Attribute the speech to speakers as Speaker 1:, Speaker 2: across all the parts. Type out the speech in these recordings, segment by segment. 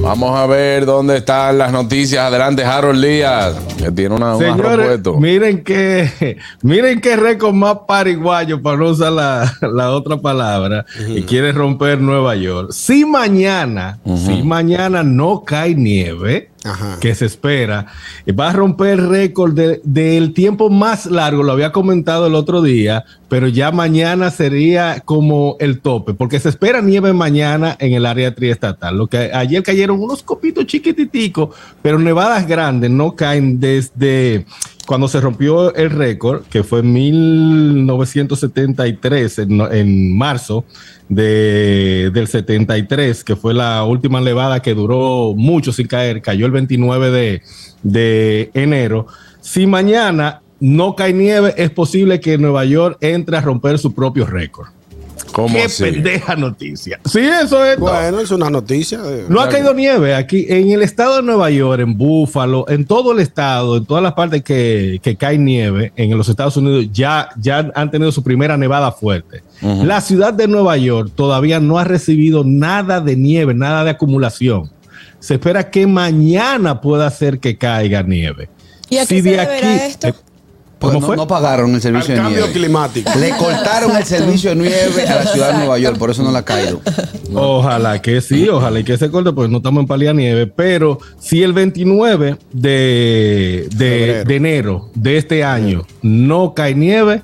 Speaker 1: Vamos a ver dónde están las noticias. Adelante, Harold Díaz, que tiene una, un
Speaker 2: Señores,
Speaker 1: arropuesto.
Speaker 2: miren que miren qué récord más pariguayo para no usar la, la otra palabra y quiere romper Nueva York. Si mañana, si mañana no cae nieve, que se espera, va a romper récord de- del tiempo más largo, lo había comentado el otro día, pero ya mañana sería como el tope, porque se espera nieve mañana en el área triestatal. Lo que ayer cayeron unos copitos chiquititicos, pero nevadas grandes no caen desde cuando se rompió el récord, que fue en 1973, en, no- en marzo de- del 73, que fue la última levada que duró mucho sin caer, cayó el 29 de, de enero. Si mañana no cae nieve, es posible que Nueva York entre a romper su propio récord.
Speaker 1: ¿Cómo
Speaker 2: ¡Qué
Speaker 1: así?
Speaker 2: pendeja noticia! Sí, eso es. todo.
Speaker 3: Bueno, es una noticia. eh.
Speaker 2: No ha caído nieve aquí en el estado de Nueva York, en Búfalo, en todo el estado, en todas las partes que, que cae nieve en los Estados Unidos, ya, ya han tenido su primera nevada fuerte. La ciudad de Nueva York todavía no ha recibido nada de nieve, nada de acumulación. Se espera que mañana pueda ser que caiga nieve.
Speaker 4: ¿Y a qué se deberá esto?
Speaker 2: eh,
Speaker 5: Porque
Speaker 2: ¿Cómo
Speaker 5: Pues no,
Speaker 2: fue?
Speaker 5: no pagaron el
Speaker 3: Al
Speaker 5: servicio de
Speaker 3: cambio
Speaker 5: nieve.
Speaker 3: climático.
Speaker 5: Le cortaron el servicio de nieve a la ciudad de Nueva York, por eso no la ha caído.
Speaker 2: Ojalá que sí, ojalá y que se corte, porque no estamos en palia nieve, pero si el 29 de, de,
Speaker 3: Febrero.
Speaker 2: de enero de este año no cae nieve,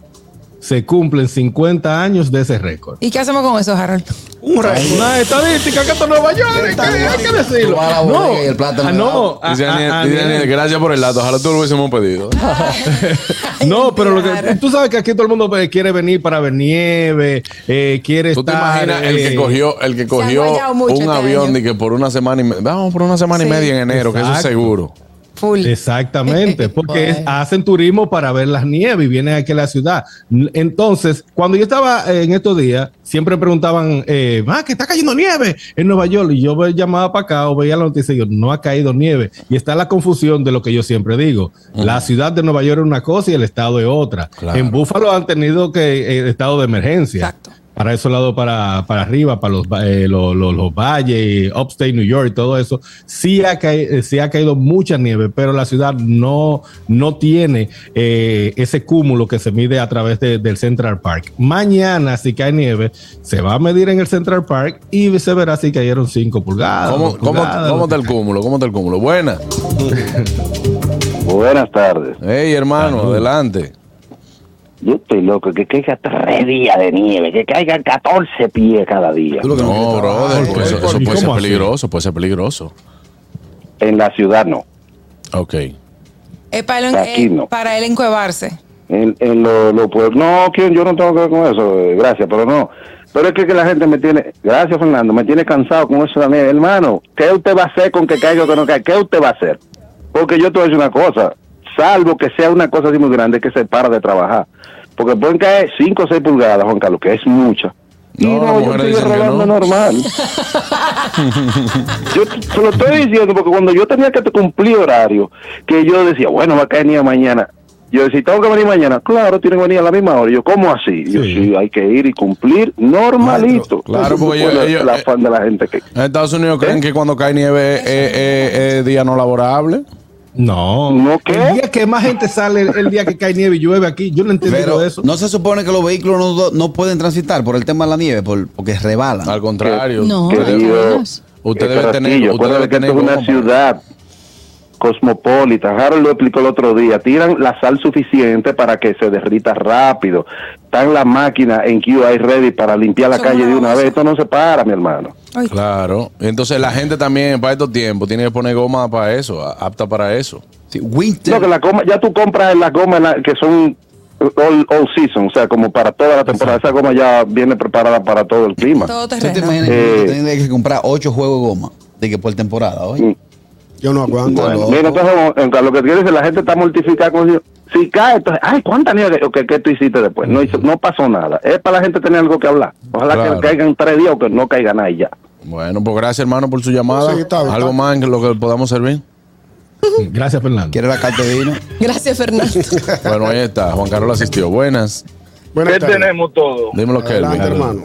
Speaker 2: se cumplen 50 años de ese récord.
Speaker 4: ¿Y qué hacemos con eso, Harold?
Speaker 3: Un récord.
Speaker 2: Una estadística que está en Nueva York, hay que, hay que decirlo.
Speaker 5: Tú vas a la
Speaker 2: No,
Speaker 5: bodega y el plátano
Speaker 2: ah,
Speaker 5: de
Speaker 2: no,
Speaker 5: lado.
Speaker 2: a-
Speaker 1: Dice Daniel,
Speaker 2: a- a-
Speaker 1: dice Daniel, gracias por el dato. Ojalá tú lo hubiésemos pedido.
Speaker 2: No, pero lo que,
Speaker 4: Claro.
Speaker 2: tú sabes que aquí todo el mundo eh, quiere venir para ver nieve, eh, quiere
Speaker 1: ¿Tú te
Speaker 2: estar,
Speaker 1: imaginas el que
Speaker 2: eh,
Speaker 1: cogió, el que cogió
Speaker 4: ha guayado mucho
Speaker 1: un
Speaker 4: este
Speaker 1: avión
Speaker 4: año.
Speaker 1: de que por una semana y media, vamos por una semana y
Speaker 4: Sí.
Speaker 1: media en enero, que eso es
Speaker 2: Exacto.
Speaker 1: seguro.
Speaker 4: Full.
Speaker 2: Exactamente, porque es-
Speaker 4: Bueno.
Speaker 2: hacen turismo para ver las nieves y vienen aquí a la ciudad. N- Entonces, cuando yo estaba eh, en estos días, siempre preguntaban, eh, ah, que está cayendo nieve en Nueva York. Y yo ve- llamaba para acá o veía la noticia y yo, no ha caído nieve. Y está la confusión de lo que yo siempre digo. La ciudad de Nueva York es una cosa y el estado es otra.
Speaker 1: Claro.
Speaker 2: En Búfalo han tenido que eh, estado de emergencia.
Speaker 4: Exacto.
Speaker 2: Para esos lados, para, para arriba, para los, va- eh, los, los- los valles, upstate New York y todo eso, sí ha, ca- eh, sí ha caído mucha nieve, pero la ciudad no, no tiene eh, ese cúmulo que se mide a través de- del Central Park. Mañana, si cae nieve, se va a medir en el Central Park y se verá si cayeron 5 pulgadas.
Speaker 1: ¿Cómo,
Speaker 2: dos
Speaker 1: cómo,
Speaker 2: pulgadas,
Speaker 1: cómo
Speaker 2: lo
Speaker 1: está
Speaker 2: que
Speaker 1: el cúmulo? ¿Cómo está el cúmulo? Buena.
Speaker 6: Buenas tardes.
Speaker 1: Hey, hermano, adelante.
Speaker 6: Yo estoy loco, que caiga tres días de nieve, que caigan 14 pies cada día.
Speaker 5: Tú lo que no
Speaker 1: No,
Speaker 5: quieres
Speaker 1: brother,
Speaker 5: trabajar,
Speaker 1: pues eso,
Speaker 5: brother.
Speaker 1: eso
Speaker 2: ¿Y
Speaker 1: puede ser
Speaker 2: cómo así?
Speaker 1: peligroso, puede ser peligroso.
Speaker 6: En la ciudad no,
Speaker 1: Ok.
Speaker 4: Es para él,
Speaker 6: Aquí
Speaker 4: eh,
Speaker 6: no.
Speaker 4: para él encuevarse.
Speaker 6: en, en los lo pueblos. No, ¿quién? yo no tengo que ver con eso, eh, gracias, pero no. Pero es que, que la gente me tiene, gracias Fernando, me tiene cansado con eso de la nieve. Hermano, ¿qué usted va a hacer con que caiga o que no caiga? ¿Qué usted va a hacer? Porque yo te voy a decir una cosa, salvo que sea una cosa así muy grande que se para de trabajar. Porque pueden caer 5 o 6 pulgadas, Juan Carlos, que es mucha. Y
Speaker 1: No,
Speaker 6: no,
Speaker 1: las
Speaker 6: yo
Speaker 1: mujeres
Speaker 6: estoy
Speaker 1: dicen que
Speaker 6: rodando
Speaker 1: no.
Speaker 6: normal. Yo t- se lo estoy diciendo porque cuando yo tenía que te- cumplir horario, que yo decía, bueno, va a caer nieve mañana. Yo decía, tengo que venir mañana. Claro, tienen que venir a la misma hora. Y Yo, ¿cómo así? Yo,
Speaker 2: Sí.
Speaker 6: sí, hay que ir y cumplir normalito.
Speaker 1: Claro, porque
Speaker 6: Eso
Speaker 1: ellos-
Speaker 6: es
Speaker 1: ellos-
Speaker 6: la
Speaker 1: eh,
Speaker 6: fan de la gente que...
Speaker 1: En Estados Unidos creen
Speaker 6: ¿Eh?
Speaker 1: que cuando cae nieve es día no laborable.
Speaker 2: No,
Speaker 6: ¿No qué?
Speaker 2: el día que más gente sale, el día que cae nieve y llueve aquí, yo no he entendido
Speaker 5: Pero
Speaker 2: eso.
Speaker 5: no se supone que los vehículos no, no pueden transitar por el tema de la nieve, por- porque rebalan.
Speaker 1: Al contrario.
Speaker 7: No,
Speaker 6: que
Speaker 1: usted
Speaker 6: digo,
Speaker 1: debe,
Speaker 7: menos.
Speaker 1: usted
Speaker 6: que
Speaker 1: debe
Speaker 6: Carraquillo,
Speaker 1: tener. Usted
Speaker 6: acuérdate
Speaker 1: debe
Speaker 6: que esto
Speaker 1: tener
Speaker 6: es una
Speaker 1: goma.
Speaker 6: ciudad cosmopolita. Harold lo explicó el otro día. Tiran la sal suficiente para que se derrita rápido. Están las máquinas en QI ready para limpiar la
Speaker 4: Somos
Speaker 6: calle de una
Speaker 4: babosos.
Speaker 6: vez. Esto no se para, mi hermano.
Speaker 4: Ay,
Speaker 1: Claro. Entonces la gente también para estos tiempos tiene que poner goma para eso, a- apta para eso.
Speaker 5: Sí, winter.
Speaker 6: No, que la goma, ya tú compras las gomas en la- que son all, all season, o sea, como para toda la temporada. Esa goma ya viene preparada para todo el clima.
Speaker 4: todo
Speaker 5: ¿Tú te
Speaker 4: terreno.
Speaker 5: imaginas
Speaker 6: Eh.
Speaker 5: que tendría que comprar ocho juegos de goma de que por temporada, oye?
Speaker 3: Yo no aguanto.
Speaker 6: Mm. Bueno,
Speaker 5: loco.
Speaker 6: mira, entonces, en- en lo que quieres, la gente está mortificada con eso. Si cae, entonces, ay, ¿cuánta nieve? que que- que tú hiciste después? No, hizo- no pasó nada. Es para la gente tener algo que hablar. Ojalá
Speaker 1: Claro.
Speaker 6: que caigan tres días o que no caigan nada y ya.
Speaker 1: Bueno, pues gracias, hermano, por su llamada.
Speaker 3: Sí, está bien,
Speaker 1: ¿Algo
Speaker 3: está.
Speaker 1: más en lo que podamos servir?
Speaker 2: Gracias, Fernando.
Speaker 5: ¿Quiere la carta de vino?
Speaker 4: Gracias, Fernando.
Speaker 1: Bueno, ahí está. Juan Carlos asistió. Buenas.
Speaker 3: Buenas
Speaker 7: ¿Qué
Speaker 3: tardes.
Speaker 7: tenemos todo?
Speaker 1: Dímelo,
Speaker 3: Adelante,
Speaker 1: Kelvin.
Speaker 3: hermano.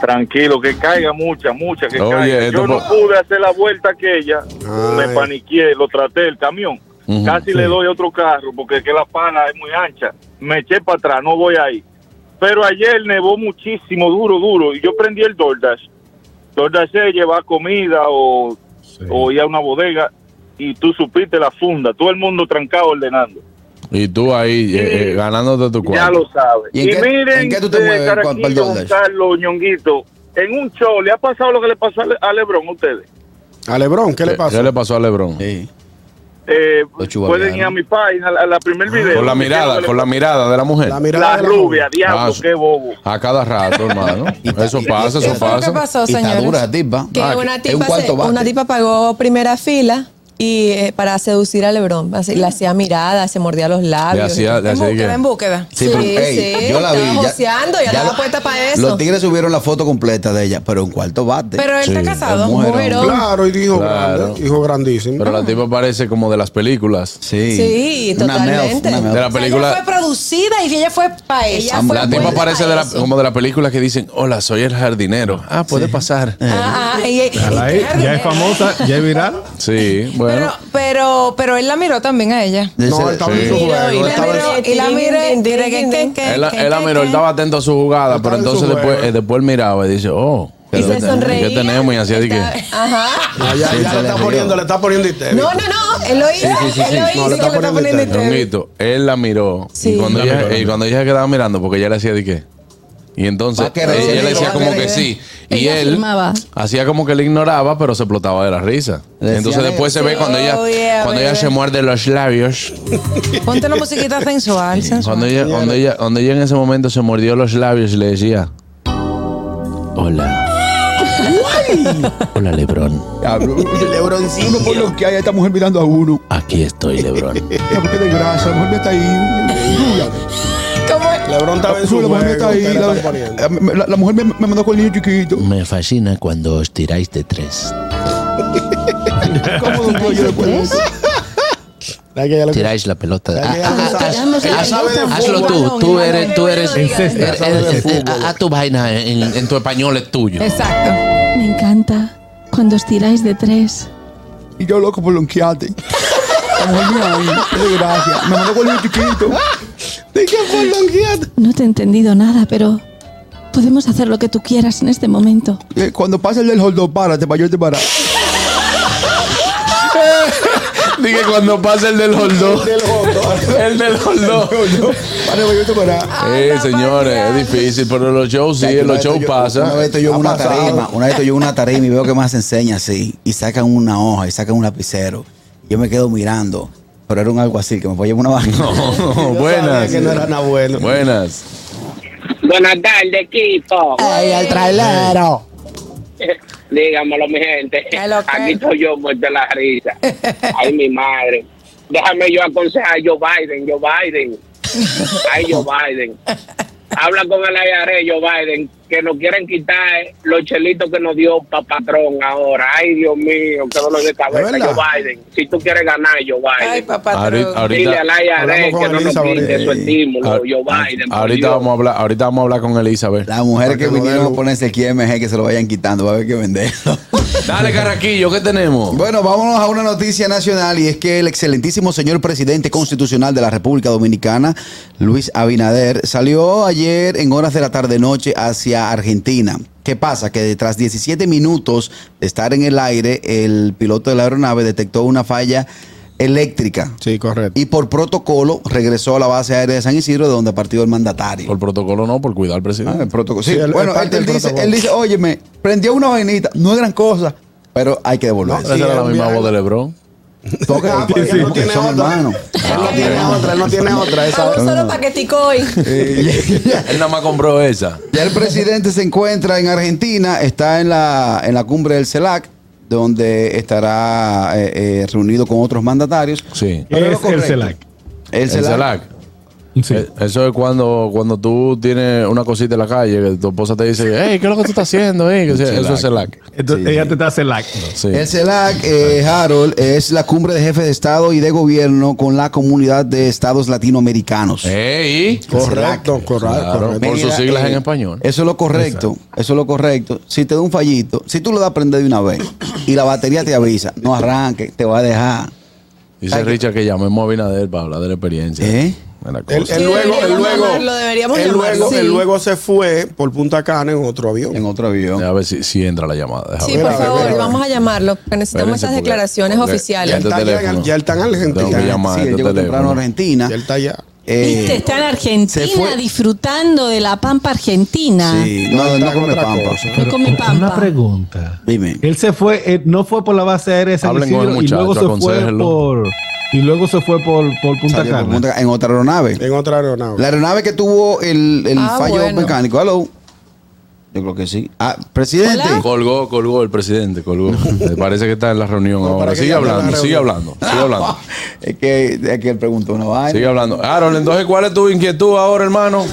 Speaker 7: Tranquilo, que caiga mucha, mucha, que
Speaker 1: Oye,
Speaker 7: caiga.
Speaker 1: esto
Speaker 7: Yo no
Speaker 1: po-
Speaker 7: pude hacer la vuelta aquella, me
Speaker 3: Ay.
Speaker 7: paniqué, lo traté el camión.
Speaker 1: Ujú,
Speaker 7: Casi le doy otro carro porque es que la pana es muy ancha. Me eché para atrás, no voy ahí. Pero ayer nevó muchísimo, duro, duro. Y yo prendí el DoorDash. DoorDash se lleva comida o, o ir a una bodega y tú supiste la funda. Todo el mundo trancado ordenando.
Speaker 1: Y tú ahí, eh, eh, ganándote tu
Speaker 7: Ya
Speaker 1: cuarto.
Speaker 7: lo sabes.
Speaker 5: ¿Y en qué-
Speaker 7: miren,
Speaker 5: en qué tú te
Speaker 7: eh,
Speaker 5: mueves,
Speaker 7: Caraquillo,
Speaker 5: Juan- Juan Doldes?
Speaker 7: Gonzalo, Ñonguito, en un show, ¿le ha pasado lo que le pasó a, Le- a Lebron a ustedes?
Speaker 3: A Lebrón, ¿qué le pasó?
Speaker 1: ¿Qué le pasó a Lebron?
Speaker 5: Sí.
Speaker 7: Eh,
Speaker 5: Los chubavianos.
Speaker 7: pueden ir a mi página, a la, a la primer video.
Speaker 1: Ah, Con la mirada, con la mirada de la mujer.
Speaker 3: La
Speaker 7: La,
Speaker 3: mirada de
Speaker 7: rubia,
Speaker 3: mujer.
Speaker 7: diablo,
Speaker 1: Ah,
Speaker 7: qué bobo.
Speaker 1: A cada rato, hermano. Eso pasa,
Speaker 4: ¿Qué
Speaker 1: eso
Speaker 4: fue lo que
Speaker 1: pasa.
Speaker 4: pasó,
Speaker 5: Y está
Speaker 4: señores?
Speaker 5: dura esa tipa.
Speaker 4: Que
Speaker 5: Ah,
Speaker 4: una,
Speaker 5: que es un
Speaker 4: tipa
Speaker 5: cuarto
Speaker 4: se-
Speaker 5: bate.
Speaker 4: una tipa pagó primera fila y eh, para seducir a Lebron. Así, le hacía mirada, se mordía los labios.
Speaker 1: Le hacía- le
Speaker 4: en
Speaker 1: hacía
Speaker 4: búsqueda,
Speaker 1: que-
Speaker 4: en búsqueda.
Speaker 5: Sí, pero, ey, yo la vi.
Speaker 4: Estaba
Speaker 5: ya-
Speaker 4: joseando, ya,
Speaker 5: ya
Speaker 4: estaba
Speaker 5: lo-
Speaker 4: puesta para eso.
Speaker 5: Los tigres subieron la foto completa de ella, pero en cuarto bate.
Speaker 4: Pero él
Speaker 1: Sí,
Speaker 4: está casado,
Speaker 5: es mujerón.
Speaker 4: mujerón.
Speaker 3: Claro, y dijo
Speaker 1: Claro.
Speaker 3: grande, hijo grandísimo.
Speaker 1: Pero la tipa parece como de las películas.
Speaker 5: Sí.
Speaker 4: Sí,
Speaker 5: Una melf,
Speaker 4: totalmente.
Speaker 5: una melf.
Speaker 1: De la
Speaker 4: O sea,
Speaker 1: película-
Speaker 4: ella fue producida y ella fue para ella.
Speaker 5: Ambla-
Speaker 4: fue pues.
Speaker 1: La tipa
Speaker 4: puesta
Speaker 1: parece
Speaker 4: pa'
Speaker 1: de la-
Speaker 4: eso.
Speaker 1: como de las películas que dicen, hola, soy el jardinero. Ah, puede pasar.
Speaker 4: Ah, ah, y- y-
Speaker 2: Déjala ahí,
Speaker 4: claro,
Speaker 2: ya es famosa, ya es viral.
Speaker 1: Sí, bueno.
Speaker 4: Pero, pero, pero él la miró también a ella.
Speaker 3: No, él estaba en su
Speaker 1: Sí.
Speaker 3: juego.
Speaker 4: Y
Speaker 3: él
Speaker 4: la
Speaker 3: estaba en
Speaker 4: miró,
Speaker 3: su-
Speaker 4: y la miré, y dije, que- que- que-
Speaker 1: Él,
Speaker 4: que-
Speaker 1: él la
Speaker 4: que-
Speaker 1: miró, él
Speaker 4: que-
Speaker 1: estaba atento a su jugada, pero
Speaker 3: Estaba en su
Speaker 1: entonces después,
Speaker 3: juego.
Speaker 1: eh, después él miraba y dice, oh,
Speaker 4: Y se
Speaker 1: ¿qué
Speaker 4: sonreía.
Speaker 1: tenemos? Y así de que...
Speaker 4: Ajá.
Speaker 3: Ah, ya-
Speaker 5: Sí,
Speaker 3: ya
Speaker 5: se
Speaker 3: le
Speaker 5: le
Speaker 3: está
Speaker 5: rió.
Speaker 3: poniendo, le está poniendo histérico.
Speaker 4: No, no, no, él lo hizo. Él lo
Speaker 3: No, le está
Speaker 4: hizo, que le está
Speaker 3: poniendo
Speaker 4: poniendo
Speaker 3: interés.
Speaker 4: interés.
Speaker 1: Ñonguito, él la miró
Speaker 4: Sí.
Speaker 1: y cuando
Speaker 2: La
Speaker 1: ella,
Speaker 2: miró, la
Speaker 1: y
Speaker 2: miró.
Speaker 1: cuando ella se quedaba mirando, porque ella le hacía de qué. Y entonces
Speaker 5: Va a querer,
Speaker 1: ella
Speaker 5: sí,
Speaker 1: le
Speaker 5: va
Speaker 1: decía
Speaker 5: a
Speaker 1: como que
Speaker 5: querer.
Speaker 1: sí. Y
Speaker 8: Ella
Speaker 1: él
Speaker 8: firmaba.
Speaker 1: hacía como que le ignoraba, pero se explotaba de la risa.
Speaker 5: Decía,
Speaker 1: entonces después se ve
Speaker 4: "Sí,
Speaker 1: cuando ella,
Speaker 4: oh, yeah,
Speaker 1: cuando ella
Speaker 4: baby".
Speaker 1: se muerde los labios.
Speaker 4: Ponte una musiquita sensual,
Speaker 1: Cuando
Speaker 4: sensual.
Speaker 1: ella, cuando ella, cuando ella en ese momento se mordió los labios y le decía Hola. Hola Lebrón.
Speaker 5: Diablo, oye, Lebron, sí, uno por lo que hay, esta mujer mirando a uno.
Speaker 1: Aquí estoy, Lebrón.
Speaker 5: La mujer de grasa, la mujer está ahí.
Speaker 4: ¿Cómo es?
Speaker 3: Lebrón estaba en su
Speaker 5: Sí, la
Speaker 3: juego.
Speaker 5: mujer está ahí.
Speaker 3: ustedes le están poniendo.
Speaker 5: La, la- la mujer me, me mandó con el niño chiquito.
Speaker 1: Me fascina cuando os tiráis de tres.
Speaker 5: ¿Cómo no puedo yo después?
Speaker 3: La que ya le-
Speaker 1: Tiráis la pelota.
Speaker 3: la que ya le gusta- Ella sabe de
Speaker 1: Hazlo
Speaker 3: fútbol.
Speaker 1: tú, tú eres, tú eres,
Speaker 2: Incesta,
Speaker 1: eres-
Speaker 2: sabe de
Speaker 1: eres-
Speaker 2: fútbol.
Speaker 1: a, a tu vaina en, en tu español es tuyo.
Speaker 4: Exacto.
Speaker 8: Me encanta cuando os tiráis de tres.
Speaker 5: Y yo loco por lonqueate. La mujer mía ahí, qué desgracia. Me mandó con el niño chiquito.
Speaker 8: No te he entendido nada, pero podemos hacer lo que tú quieras en este momento.
Speaker 5: Eh, Cuando pasa el del holdón, párate, para yo te parar.
Speaker 1: Dije cuando pasa el del holdó.
Speaker 3: Del otro.
Speaker 1: El del holdó.
Speaker 5: Para, para yo te parar.
Speaker 1: Eh, señores, es difícil, pero los shows sí, los shows
Speaker 5: Una
Speaker 1: pasa.
Speaker 5: vez estoy yo en
Speaker 3: Ha
Speaker 5: una
Speaker 3: pasado.
Speaker 5: tarima, una vez estoy yo en una tarima y veo que más se enseña así. Y sacan una hoja y sacan un lapicero. Yo me quedo mirando. Pero era un algo así, que me fue a llevar una vaina.
Speaker 3: Yo sabía
Speaker 1: Buenas.
Speaker 3: que no era nada bueno.
Speaker 1: Buenas.
Speaker 9: Buenas tardes, equipo.
Speaker 5: ¡Ay, al trailero!
Speaker 9: Dígamelo, mi gente.
Speaker 4: ¿Qué lo que?
Speaker 9: Aquí estoy yo muerto de la risa. Ay, mi madre. Déjame yo aconsejar a Joe Biden, Joe Biden. Ay, Joe Biden. Habla con el IRS, Joe Biden, que nos quieren quitar los chelitos que nos dio papatrón ahora. Ay, Dios mío, qué dolor de cabeza,
Speaker 3: ¿De verdad?
Speaker 9: Joe Biden. Si tú quieres ganar, Joe
Speaker 4: Ay,
Speaker 9: Biden.
Speaker 4: papá.
Speaker 1: Ahorita-
Speaker 4: pero-
Speaker 1: ahorita-
Speaker 9: Dile al IRS
Speaker 3: Hablamos
Speaker 9: que
Speaker 3: con
Speaker 9: no nos
Speaker 3: Elisa
Speaker 9: quite
Speaker 3: ahorita.
Speaker 9: su estímulo,
Speaker 1: Ah,
Speaker 9: Joe Biden. por
Speaker 1: Ahorita
Speaker 9: Dios.
Speaker 1: vamos a hablar, ahorita vamos a hablar con Elizabeth.
Speaker 5: Las mujeres
Speaker 3: Para
Speaker 5: que
Speaker 3: que lo
Speaker 5: vinieron
Speaker 3: den.
Speaker 5: a ponerse aquí MG que se lo vayan quitando, va a haber que venderlo.
Speaker 1: Dale, Carraquillo, ¿qué tenemos?
Speaker 5: Bueno, vámonos a una noticia nacional y es que el excelentísimo señor presidente constitucional de la República Dominicana, Luis Abinader, salió ayer en horas de la tarde-noche hacia Argentina. ¿Qué pasa? Que tras 17 minutos de estar en el aire, el piloto de la aeronave detectó una falla eléctrica
Speaker 3: Sí, correcto.
Speaker 5: y por protocolo regresó a la base aérea de San Isidro de donde partió el mandatario.
Speaker 1: Por protocolo no, por cuidar al
Speaker 5: Ah, el
Speaker 1: presidente.
Speaker 5: protocolo. Sí,
Speaker 3: Sí, el-
Speaker 5: bueno,
Speaker 3: es parte
Speaker 5: él, él
Speaker 3: del
Speaker 5: dice,
Speaker 3: protocolo.
Speaker 5: él dice, óyeme, prendió una vainita, no es gran cosa, pero hay que devolver.
Speaker 3: No,
Speaker 1: Esa
Speaker 3: sí,
Speaker 1: era la
Speaker 3: un
Speaker 1: misma
Speaker 3: viaje.
Speaker 1: voz de Lebron.
Speaker 5: Porque,
Speaker 3: Ah, porque
Speaker 5: sí,
Speaker 3: él no
Speaker 5: porque
Speaker 3: tiene
Speaker 5: son
Speaker 3: otra.
Speaker 5: hermanos.
Speaker 3: Él no tiene otra, él no tiene otra.
Speaker 4: A
Speaker 3: Esa
Speaker 4: un solo paquetico hoy.
Speaker 5: Eh, ya-
Speaker 1: Él nada más compró esa.
Speaker 5: ya el presidente se encuentra en Argentina, está en la, en la cumbre del CELAC, donde estará eh, eh, reunido con otros mandatarios.
Speaker 1: Sí.
Speaker 5: Pero
Speaker 2: ¿Qué
Speaker 5: lo
Speaker 2: es el
Speaker 5: correcto.
Speaker 2: CELAC?
Speaker 5: El
Speaker 1: El
Speaker 5: CELAC.
Speaker 1: Salac. Eh, Eso es cuando, cuando tú tienes una cosita en la calle, que tu esposa te dice, hey, ¿qué es lo que tú estás haciendo? eh?" Que sea-
Speaker 5: Celac.
Speaker 1: eso es CELAC.
Speaker 2: Entonces, ella te está celacto.
Speaker 5: El CELAC, eh, Harold, es la cumbre de jefes de Estado y de gobierno con la comunidad de estados latinoamericanos.
Speaker 1: Ey.
Speaker 5: Correcto, correcto,
Speaker 1: Claro, Por sus siglas
Speaker 3: eh,
Speaker 1: en español.
Speaker 5: Eso es lo correcto, eso es lo correcto. Si te da un fallito, si tú lo das a prender de una vez y la batería te avisa, no arranque, te va a dejar.
Speaker 1: Dice Richard que llamemos a Binader para hablar de la experiencia.
Speaker 5: ¿Eh?
Speaker 1: De la cosa.
Speaker 3: El, el
Speaker 4: Sí,
Speaker 3: luego, el
Speaker 4: deberíamos
Speaker 3: luego,
Speaker 4: llamarlo, deberíamos
Speaker 3: el
Speaker 4: llamar,
Speaker 3: luego,
Speaker 4: sí.
Speaker 3: el luego se fue por Punta Cana en otro avión.
Speaker 5: En otro avión.
Speaker 1: A ver si, si entra la llamada. deja
Speaker 4: Sí,
Speaker 1: ver.
Speaker 4: por
Speaker 3: Espérate,
Speaker 4: favor,
Speaker 3: espérate.
Speaker 4: vamos a llamarlo, porque necesitamos
Speaker 1: Espérense,
Speaker 4: esas
Speaker 1: porque-
Speaker 4: declaraciones
Speaker 1: porque-
Speaker 4: oficiales.
Speaker 1: Ya está el teléfono.
Speaker 3: Ya él está en
Speaker 1: Tengo que
Speaker 3: Argentina.
Speaker 1: llamar
Speaker 5: Sí,
Speaker 1: este
Speaker 5: él llegó temprano a
Speaker 1: teléfono.
Speaker 5: Argentina.
Speaker 3: Ya él está allá.
Speaker 5: Eh,
Speaker 8: Viste, está en Argentina
Speaker 5: se fue.
Speaker 8: disfrutando de la pampa
Speaker 10: Ah.
Speaker 8: argentina.
Speaker 5: sí, no, no come pampa.
Speaker 8: No come
Speaker 2: Una
Speaker 8: pampa.
Speaker 2: pregunta.
Speaker 5: Dime.
Speaker 2: Él se fue, eh, no fue por la base aérea de San
Speaker 1: Hablen con el
Speaker 2: Isidro y luego
Speaker 1: muchacho,
Speaker 2: se fue
Speaker 1: aconséjenlo.
Speaker 2: por y luego se fue por, por Punta
Speaker 5: Salió por
Speaker 2: Cana.
Speaker 5: Punta Cana, en otra aeronave.
Speaker 3: En otra aeronave.
Speaker 5: La aeronave que tuvo el, el
Speaker 4: Ah,
Speaker 5: fallo
Speaker 4: bueno.
Speaker 5: mecánico. Hello. Yo creo que sí. Ah, presidente.
Speaker 1: Colgó, colgó el presidente, colgó. Me Parece que está en la reunión ahora.
Speaker 3: ¿para qué
Speaker 1: Sigue
Speaker 3: llama a la
Speaker 1: hablando, sigue
Speaker 3: reunión?
Speaker 1: hablando, sigue hablando.
Speaker 5: Es que, es que él preguntó una vaina.
Speaker 1: Sigue hablando. Aaron, entonces, ¿cuál es tu inquietud ahora, hermano?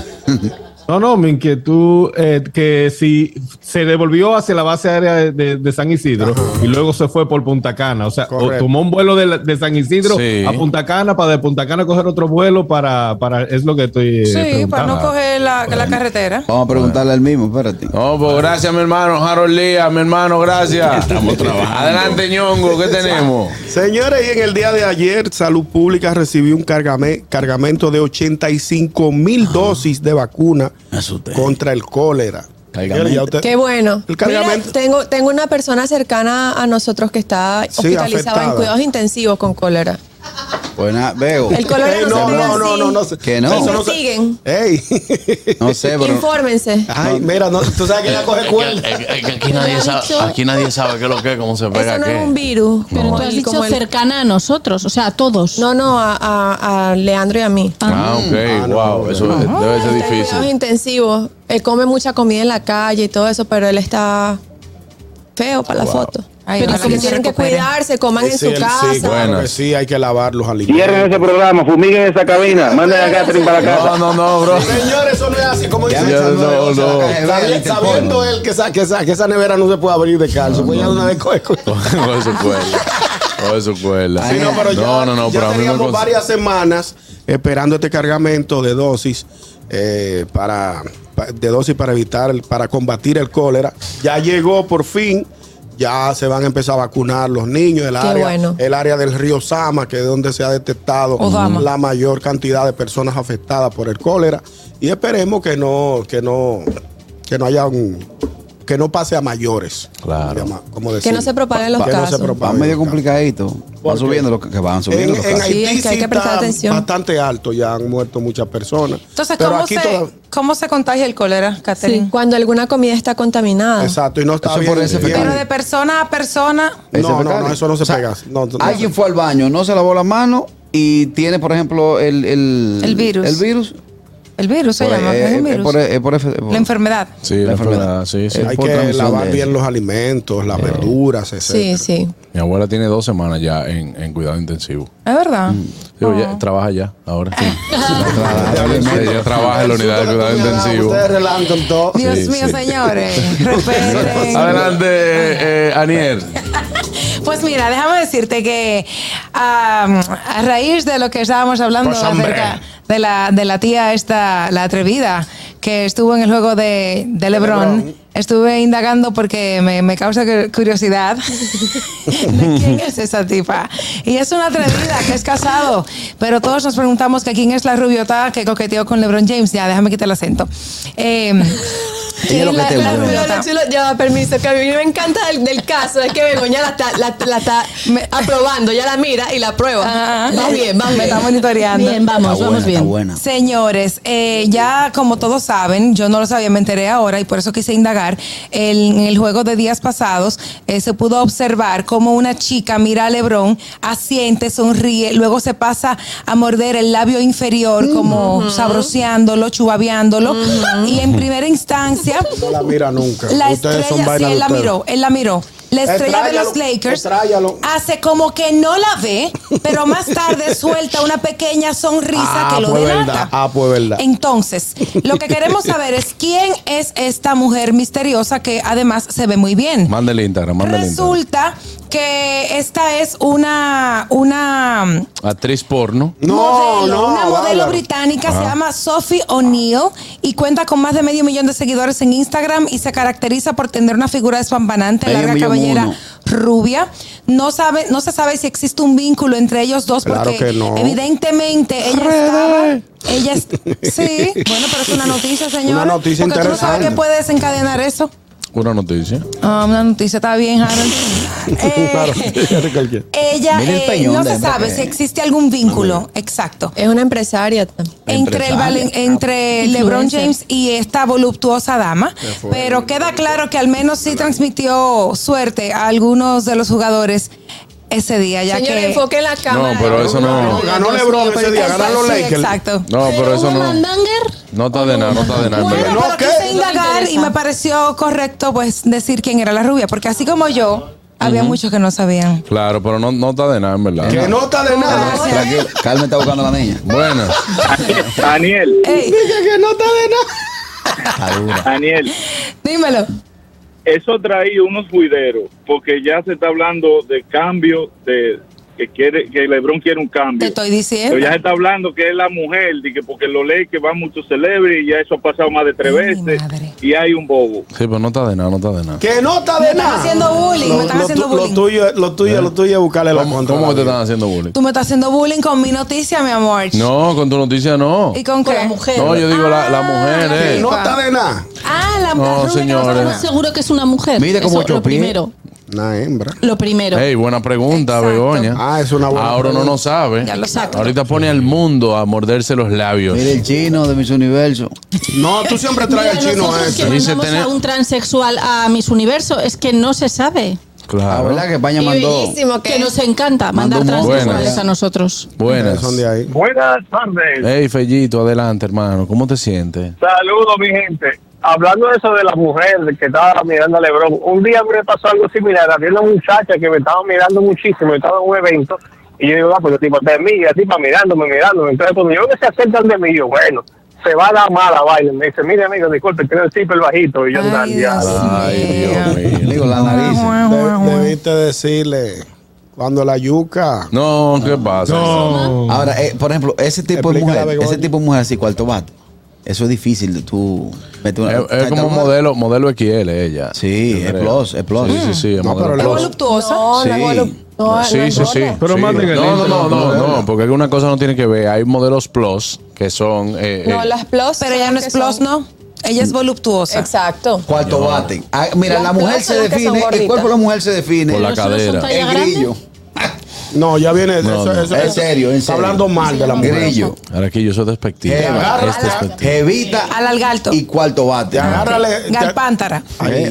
Speaker 2: No, no, mi inquietud eh, que si se devolvió hacia la base aérea de, de- de San Isidro y luego se fue por Punta Cana. O sea, o
Speaker 3: Correcto.
Speaker 2: tomó un vuelo de, la- de San Isidro
Speaker 1: Sí.
Speaker 2: a Punta Cana para de Punta Cana coger otro vuelo para, para es lo que estoy eh,
Speaker 10: Sí, para
Speaker 2: preguntando.
Speaker 10: no coger la, la carretera.
Speaker 5: Vamos a preguntarle al mismo, espérate.
Speaker 1: No, pues gracias, mi hermano. Harold Lía, mi hermano, gracias. Estamos
Speaker 5: trabajando.
Speaker 1: Adelante, ñongo, ¿qué tenemos?
Speaker 3: Señores, y en el día de ayer, Salud Pública recibió un cargame- cargamento de 85 mil dosis de vacuna contra el cólera.
Speaker 5: Cargamento.
Speaker 3: Señores, ya usted-
Speaker 4: Qué bueno.
Speaker 3: El
Speaker 4: Mira,
Speaker 3: cargamento.
Speaker 4: tengo, tengo una persona cercana a nosotros que está
Speaker 3: Sí,
Speaker 4: hospitalizada
Speaker 3: afectada.
Speaker 4: en cuidados intensivos con cólera.
Speaker 5: Buena, veo.
Speaker 4: El color
Speaker 3: Ey,
Speaker 4: no,
Speaker 3: no,
Speaker 4: se ve
Speaker 3: no,
Speaker 4: así.
Speaker 3: no, no, no. se-
Speaker 5: Que no.
Speaker 3: Eso no se-
Speaker 4: Investiguen.
Speaker 3: Ey.
Speaker 5: No sé, pero.
Speaker 4: Infórmense.
Speaker 3: Ay, mira, no, tú sabes
Speaker 1: eh,
Speaker 3: que ya coge cuerda.
Speaker 8: nadie
Speaker 1: aquí, nadie
Speaker 8: Pero ha
Speaker 1: sabe,
Speaker 8: sabe- dicho-
Speaker 1: aquí nadie sabe qué es lo que es, cómo se pega
Speaker 4: Eso no
Speaker 1: qué.
Speaker 4: es un virus.
Speaker 8: Pero
Speaker 4: como
Speaker 8: tú has
Speaker 4: el-
Speaker 8: dicho
Speaker 4: como el-
Speaker 8: cercana a nosotros, o sea, a todos.
Speaker 4: No, no, a, a- a Leandro y a mí.
Speaker 1: Ah, ok, wow, eso es- debe ser
Speaker 4: Está en cuidados
Speaker 1: difícil.
Speaker 4: intensivos. Él come mucha comida en la calle y todo eso, pero él está feo para la foto.
Speaker 10: Ay,
Speaker 4: pero
Speaker 10: ojalá
Speaker 4: como
Speaker 10: que se
Speaker 4: tienen que
Speaker 10: recupere.
Speaker 4: cuidarse, coman en
Speaker 3: Sí,
Speaker 4: su
Speaker 3: sí,
Speaker 4: casa.
Speaker 3: claro que
Speaker 1: Buenas.
Speaker 3: sí, hay que lavar los alimentos.
Speaker 6: Cierren ese programa, fumiguen esa cabina, manden a Catherine para la casa.
Speaker 1: No, no, no, bro.
Speaker 3: Señores, eso no es así. Como dice
Speaker 5: Ya,
Speaker 3: Richard,
Speaker 1: no,
Speaker 3: es-
Speaker 1: no.
Speaker 3: o sea, sabi- Sabiendo él que esa, que, esa, que esa nevera no se puede abrir de calzo, pues ya de una vez coge cuerda.
Speaker 1: Con su cuerda. Con su cuerda.
Speaker 3: Sí, no, pero ya,
Speaker 1: no, no, no,
Speaker 3: ya
Speaker 1: pero a mí me
Speaker 3: teníamos
Speaker 1: cons-
Speaker 3: varias semanas esperando este cargamento de dosis eh, para pa- de dosis para evitar, el- para combatir el cólera. Ya llegó por fin. Ya se van a empezar a vacunar los niños, el,
Speaker 4: Qué
Speaker 3: área,
Speaker 4: bueno.
Speaker 3: el área del río Sama, que es donde se ha detectado
Speaker 10: Obama.
Speaker 3: la mayor cantidad de personas afectadas por el cólera. Y esperemos que no, que no, que no haya un, que no pase a mayores.
Speaker 1: Claro.
Speaker 3: Como- como
Speaker 4: Que no
Speaker 3: decir.
Speaker 4: se propaguen los
Speaker 3: Que no se
Speaker 4: casos.
Speaker 3: propague
Speaker 5: Va
Speaker 3: los
Speaker 5: medio
Speaker 3: casos.
Speaker 5: complicadito.
Speaker 3: ¿Por
Speaker 5: Van
Speaker 3: qué?
Speaker 5: subiendo los que van subiendo
Speaker 3: En,
Speaker 5: los
Speaker 3: en
Speaker 5: casos.
Speaker 3: Haití
Speaker 4: Sí, es que hay
Speaker 3: sí
Speaker 4: que prestar
Speaker 3: está
Speaker 4: atención.
Speaker 3: bastante alto, ya han muerto muchas personas.
Speaker 10: Entonces,
Speaker 3: Pero
Speaker 10: ¿cómo
Speaker 3: aquí
Speaker 10: se,
Speaker 3: toda-
Speaker 10: ¿cómo se contagia el cólera, Catherine?
Speaker 4: Sí, cuando alguna comida está contaminada.
Speaker 3: Exacto, y no está
Speaker 5: Eso
Speaker 3: bien.
Speaker 5: por ese
Speaker 3: bien-
Speaker 10: Pero de persona a persona.
Speaker 5: Ese
Speaker 3: No, no,
Speaker 5: fecal.
Speaker 3: no, eso no se
Speaker 5: O sea,
Speaker 3: pega. No, no,
Speaker 5: Alguien
Speaker 3: no.
Speaker 5: fue al baño, no se lavó la mano y tiene, por ejemplo, el, el,
Speaker 10: El virus.
Speaker 5: El virus.
Speaker 10: El virus se
Speaker 5: Por,
Speaker 10: llama.
Speaker 5: eh,
Speaker 10: ¿no es
Speaker 5: eh,
Speaker 10: un virus?
Speaker 5: por- eh, por- por-
Speaker 10: la enfermedad.
Speaker 1: Sí, la,
Speaker 5: La enfermedad.
Speaker 1: enfermedad, sí, sí.
Speaker 3: Hay
Speaker 5: por
Speaker 3: que
Speaker 5: transmisión
Speaker 3: lavar
Speaker 5: de-
Speaker 3: bien los alimentos, las verduras, etc.
Speaker 4: Sí, sí.
Speaker 1: Eh, Mi abuela tiene dos semanas ya en, en cuidado intensivo.
Speaker 10: Es verdad.
Speaker 1: Sí, ya- trabaja ya, ahora. Sí.
Speaker 5: Claro,
Speaker 1: Sí,
Speaker 5: obviamente.
Speaker 1: ella trabaja en la unidad de cuidado intensivo.
Speaker 3: Ustedes relajan con todo.
Speaker 10: Dios
Speaker 1: Sí,
Speaker 10: mío,
Speaker 1: sí.
Speaker 10: señores. Respeten.
Speaker 1: Adelante, eh, eh, Anier.
Speaker 10: Pues mira, déjame decirte que am, a raíz de lo que estábamos hablando
Speaker 3: Pues, hombre.
Speaker 10: acerca de la, de la tía esta, la atrevida, que estuvo en el juego de, de Lebron,
Speaker 3: LeBron.
Speaker 10: estuve indagando porque me, me causa cu- curiosidad de quién es esa tipa. Y es una atrevida que es casado, pero todos nos preguntamos que quién es la rubiota que coqueteó con Lebron James. Ya, déjame quitar el acento. Eh, ¿quién
Speaker 5: lo
Speaker 10: es
Speaker 5: que te
Speaker 4: La
Speaker 5: mueve.
Speaker 4: rubia, lo chulo, ya, permiso, que a mí me encanta del, del caso, es que Begoña la está, la, la está
Speaker 10: Me-
Speaker 4: aprobando, ya la mira y la aprueba.
Speaker 10: Ah,
Speaker 4: va bien, va
Speaker 10: Me
Speaker 4: bien.
Speaker 10: está monitoreando.
Speaker 8: Bien, vamos,
Speaker 5: Está
Speaker 8: vamos
Speaker 5: buena, está
Speaker 8: bien.
Speaker 5: buena.
Speaker 10: Señores, eh, ya como todos saben, yo no lo sabía, me enteré ahora y por eso quise indagar. El- en el juego de días pasados eh, se pudo observar cómo una chica mira a Lebron, asiente, sonríe, luego se pasa a morder el labio inferior, como sabroseándolo, chubaviándolo. Y en primera instancia,
Speaker 3: No la mira nunca.
Speaker 10: la
Speaker 3: ustedes
Speaker 10: estrella,
Speaker 3: son
Speaker 10: sí,
Speaker 3: vainas de
Speaker 10: él la
Speaker 3: ustedes.
Speaker 10: miró, él la miró. la estrella de los
Speaker 3: Extráyalo,
Speaker 10: Lakers,
Speaker 3: extráyalo.
Speaker 10: hace como que no la ve, pero más tarde suelta una pequeña sonrisa
Speaker 3: Ah,
Speaker 10: que lo
Speaker 3: pues
Speaker 10: delata.
Speaker 3: verdad. Ah, pues verdad.
Speaker 10: Entonces, lo que queremos saber es quién es esta mujer misteriosa que además se ve muy bien.
Speaker 1: Manda el Instagram, manda el Instagram.
Speaker 10: Resulta que esta es una, una
Speaker 1: Actriz porno.
Speaker 10: modelo, una modelo británica se
Speaker 1: Ajá.
Speaker 10: llama Sophie O'Neill y cuenta con más de medio millón de seguidores en Instagram y se caracteriza por tener una figura despampanante,
Speaker 5: Medio
Speaker 10: larga
Speaker 5: millón
Speaker 10: cabellera
Speaker 5: uno.
Speaker 10: rubia. No sabe, no se sabe si existe un vínculo entre ellos dos
Speaker 3: Claro
Speaker 10: porque
Speaker 3: que no.
Speaker 10: evidentemente ella estaba, ella es- sí, bueno, pero es una noticia, señor.
Speaker 1: Una noticia
Speaker 10: porque tú no sabes
Speaker 1: interesante.
Speaker 10: qué puede desencadenar eso.
Speaker 1: Una noticia.
Speaker 10: Ah, una noticia está bien, Harold. Eh, Ella
Speaker 1: Mira el
Speaker 10: eh,
Speaker 1: peñón
Speaker 10: no
Speaker 1: de
Speaker 10: se
Speaker 1: esa
Speaker 10: sabe
Speaker 1: que-
Speaker 10: si existe algún vínculo exacto. Es una empresaria entre el
Speaker 4: Empresaria.
Speaker 10: Valen- entre LeBron
Speaker 4: Influencer.
Speaker 10: James y esta voluptuosa dama,
Speaker 4: Se fue.
Speaker 10: pero queda claro que al menos sí transmitió suerte a algunos de los jugadores ese día, ya
Speaker 4: Señores,
Speaker 10: que
Speaker 4: enfoquen la
Speaker 1: No,
Speaker 4: cámara.
Speaker 1: pero eso no.
Speaker 3: Ganó LeBron ese día, ganaron los Lakers.
Speaker 10: exacto.
Speaker 1: No, pero eso no. No está de nada, no está de nada. en
Speaker 10: Bueno,
Speaker 1: verdad.
Speaker 10: pero quise indagar y me pareció correcto pues decir quién era la rubia, porque así como yo, había
Speaker 1: Ujú.
Speaker 10: muchos que no sabían.
Speaker 1: Claro, pero no, no está de nada, en verdad.
Speaker 5: Que
Speaker 3: no está de
Speaker 5: nada. Tranquilo, Carmen está buscando a la niña.
Speaker 1: Bueno.
Speaker 7: Daniel.
Speaker 3: Dije que no está de nada.
Speaker 7: Daniel.
Speaker 10: Dímelo.
Speaker 7: Eso traía unos juideros, porque ya se está hablando de cambio, de que quiere que LeBron quiere un
Speaker 10: Te
Speaker 7: cambio.
Speaker 10: estoy diciendo.
Speaker 7: Pero ya se está hablando que es la mujer, de que porque lo lee que van muchos celebres y ya eso ha pasado más de tres veces y hay un bobo.
Speaker 1: Sí, pero no está de nada, no está de nada.
Speaker 3: Que no está de
Speaker 10: Me están
Speaker 3: nada.
Speaker 10: haciendo bullying, me están
Speaker 3: lo
Speaker 10: haciendo
Speaker 3: tu- lo
Speaker 10: bullying.
Speaker 3: tuyo, lo tuyo, lo tuyo es buscarle la
Speaker 1: ¿Eh? ¿Cómo,
Speaker 3: contra.
Speaker 1: cómo que te
Speaker 3: la vida.
Speaker 1: están haciendo bullying?
Speaker 10: Tú me estás haciendo bullying con mi noticia, mi amor.
Speaker 1: No, con tu noticia no.
Speaker 10: ¿Y con, Ah, la mujer.
Speaker 1: No, yo digo la, la mujer, eh.
Speaker 3: No está de nada.
Speaker 10: Ah, la
Speaker 1: No, señores.
Speaker 8: seguro que es una mujer.
Speaker 1: Mire cómo Eh,
Speaker 8: Eso, Lo
Speaker 1: chopié.
Speaker 8: primero.
Speaker 3: Una hembra.
Speaker 8: Lo primero.
Speaker 1: Ey, buena pregunta, Begoña.
Speaker 3: Ah, es una buena
Speaker 1: Ahora uno
Speaker 3: pregunta.
Speaker 1: no sabe.
Speaker 3: Ya lo saco.
Speaker 1: Ahorita pone al mundo a morderse los labios.
Speaker 5: Mira el chino de Miss Universo.
Speaker 3: No, tú siempre
Speaker 8: Mira,
Speaker 3: traes el chino
Speaker 8: nosotros
Speaker 3: ese.
Speaker 8: que
Speaker 1: Dice
Speaker 8: mandamos
Speaker 1: tener-
Speaker 8: a un transexual a Miss Universo es que no se sabe.
Speaker 1: Claro.
Speaker 5: La Ah, verdad que España
Speaker 8: Y
Speaker 5: mandó.
Speaker 8: bellísimo que, nos encanta
Speaker 5: Mandó
Speaker 8: mandar
Speaker 1: un-
Speaker 8: transexuales
Speaker 1: Buenas.
Speaker 8: a nosotros.
Speaker 1: Buenas.
Speaker 3: Son de ahí.
Speaker 11: Buenas tardes.
Speaker 1: Ey, Fellito, adelante, hermano. ¿Cómo te sientes?
Speaker 11: Saludos, mi gente. Hablando de eso de la mujer que estaba mirando a Lebron, un día me pasó algo similar. Había una muchacha que me estaba mirando muchísimo, estaba en un evento, y yo digo, ah, pues el tipo está en mí, y la tipa mirándome, mirándome. Entonces, cuando yo veo que se acercan de mí, yo, bueno, se va a dar mala vaina. Me dice, mire, amigo, disculpe, tiene el zipper bajito. Y yo, "Nah, diablo".
Speaker 5: Digo, la nariz.
Speaker 3: De- debiste decirle cuando la yuca.
Speaker 1: No, ¿qué pasa?
Speaker 5: Ahora, eh, por ejemplo, ese tipo de
Speaker 3: Explícale a
Speaker 5: mujer,
Speaker 3: Begoña.
Speaker 5: ese tipo de mujer así, cuarto vato. Eso es difícil de tú. meter una-
Speaker 1: Es, es como un modelo, modelo XL ella.
Speaker 5: Sí, es plus, es plus.
Speaker 1: Sí, sí, sí, es modelo
Speaker 10: ¿Es
Speaker 1: plus.
Speaker 10: voluptuosa? No,
Speaker 1: Sí. sí, sí, sí.
Speaker 2: Pero
Speaker 1: Sí.
Speaker 2: manden el
Speaker 1: no, no,
Speaker 2: Instagram,
Speaker 1: no, no,
Speaker 2: modelo.
Speaker 1: no, porque una cosa no tiene que ver. Hay modelos plus que son. eh, eh,
Speaker 10: No, las plus. Pero ella no es plus, no. Ella es voluptuosa. Exacto.
Speaker 5: Cuarto
Speaker 1: No.
Speaker 5: bate. Ah, mira,
Speaker 10: Las
Speaker 5: la mujer
Speaker 10: plazas
Speaker 5: se
Speaker 10: son las que son
Speaker 5: define, el
Speaker 10: gorditas.
Speaker 5: cuerpo de la mujer se define.
Speaker 1: Por la Pero solo son cadera. talla
Speaker 5: El grillo.
Speaker 3: No, ya viene.
Speaker 1: No,
Speaker 3: eso,
Speaker 1: no.
Speaker 3: eso-
Speaker 5: En
Speaker 3: eso-
Speaker 5: serio, en
Speaker 3: Está
Speaker 5: serio.
Speaker 3: hablando mal de la mujer.
Speaker 5: Grillo.
Speaker 1: Ahora aquí yo soy este, despectivo.
Speaker 5: Jeva.
Speaker 1: Es
Speaker 5: Agárrala.
Speaker 1: despectivo.
Speaker 5: Jevita
Speaker 10: Al algalto.
Speaker 5: y cuarto bate.
Speaker 3: Agárrale.
Speaker 10: Galpántara.
Speaker 3: Ay,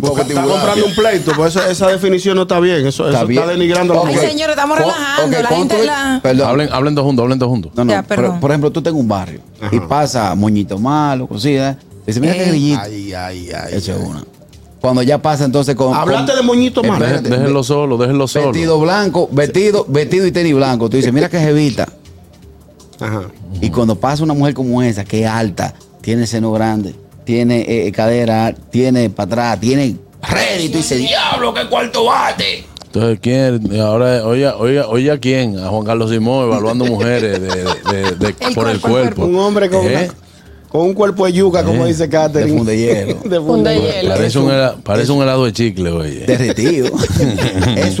Speaker 3: porque está
Speaker 5: tiburón.
Speaker 3: comprando un pleito, pues esa, esa definición no está bien. Eso eso
Speaker 5: Está
Speaker 3: está,
Speaker 5: bien.
Speaker 3: denigrando a la
Speaker 5: Ok.
Speaker 10: Ay,
Speaker 3: mujer.
Speaker 10: señores, estamos
Speaker 5: Con-
Speaker 10: relajando.
Speaker 5: ok,
Speaker 10: la
Speaker 5: con
Speaker 10: gente
Speaker 5: tu-
Speaker 10: la...
Speaker 5: Perdón.
Speaker 1: Hablen, hablen dos juntos, hablen dos juntos.
Speaker 5: No, no,
Speaker 10: Ya,
Speaker 5: pero,
Speaker 10: perdón.
Speaker 5: por ejemplo, tú tengo un barrio y pasa moñito malo, cosida. Dice, mira qué
Speaker 10: Ey.
Speaker 5: grillito.
Speaker 3: Ay, ay, ay.
Speaker 5: Echa una. Cuando ya pasa entonces con.
Speaker 3: Hablaste
Speaker 5: con-
Speaker 3: de moñito
Speaker 5: Eh,
Speaker 3: malo.
Speaker 1: Dejen-
Speaker 5: espérate,
Speaker 1: Déjenlo solo, déjenlo
Speaker 5: ve-
Speaker 1: solo.
Speaker 5: Vestido blanco, vestido, vestido y tenis blanco. Tú dices, mira qué jevita.
Speaker 3: Ajá.
Speaker 5: Y cuando pasa una mujer como esa, que es alta, tiene seno grande, tiene eh, cadera, tiene para atrás, tiene ready, tú dices, diablo, qué cuarto bate.
Speaker 1: Entonces, ¿quién? Ahora, oye, oye, oye a quién? A Juan Carlos Simón evaluando mujeres de, de- de- de- por el cuerpo.
Speaker 3: Un hombre con,
Speaker 1: ¿Eh?
Speaker 3: una- con un cuerpo de yuca, como dice
Speaker 5: De
Speaker 3: Catherine.
Speaker 5: funde hielo.
Speaker 3: De funda de hielo.
Speaker 1: Parece un, hela- parece un helado de chicle, oye.
Speaker 5: Derretido.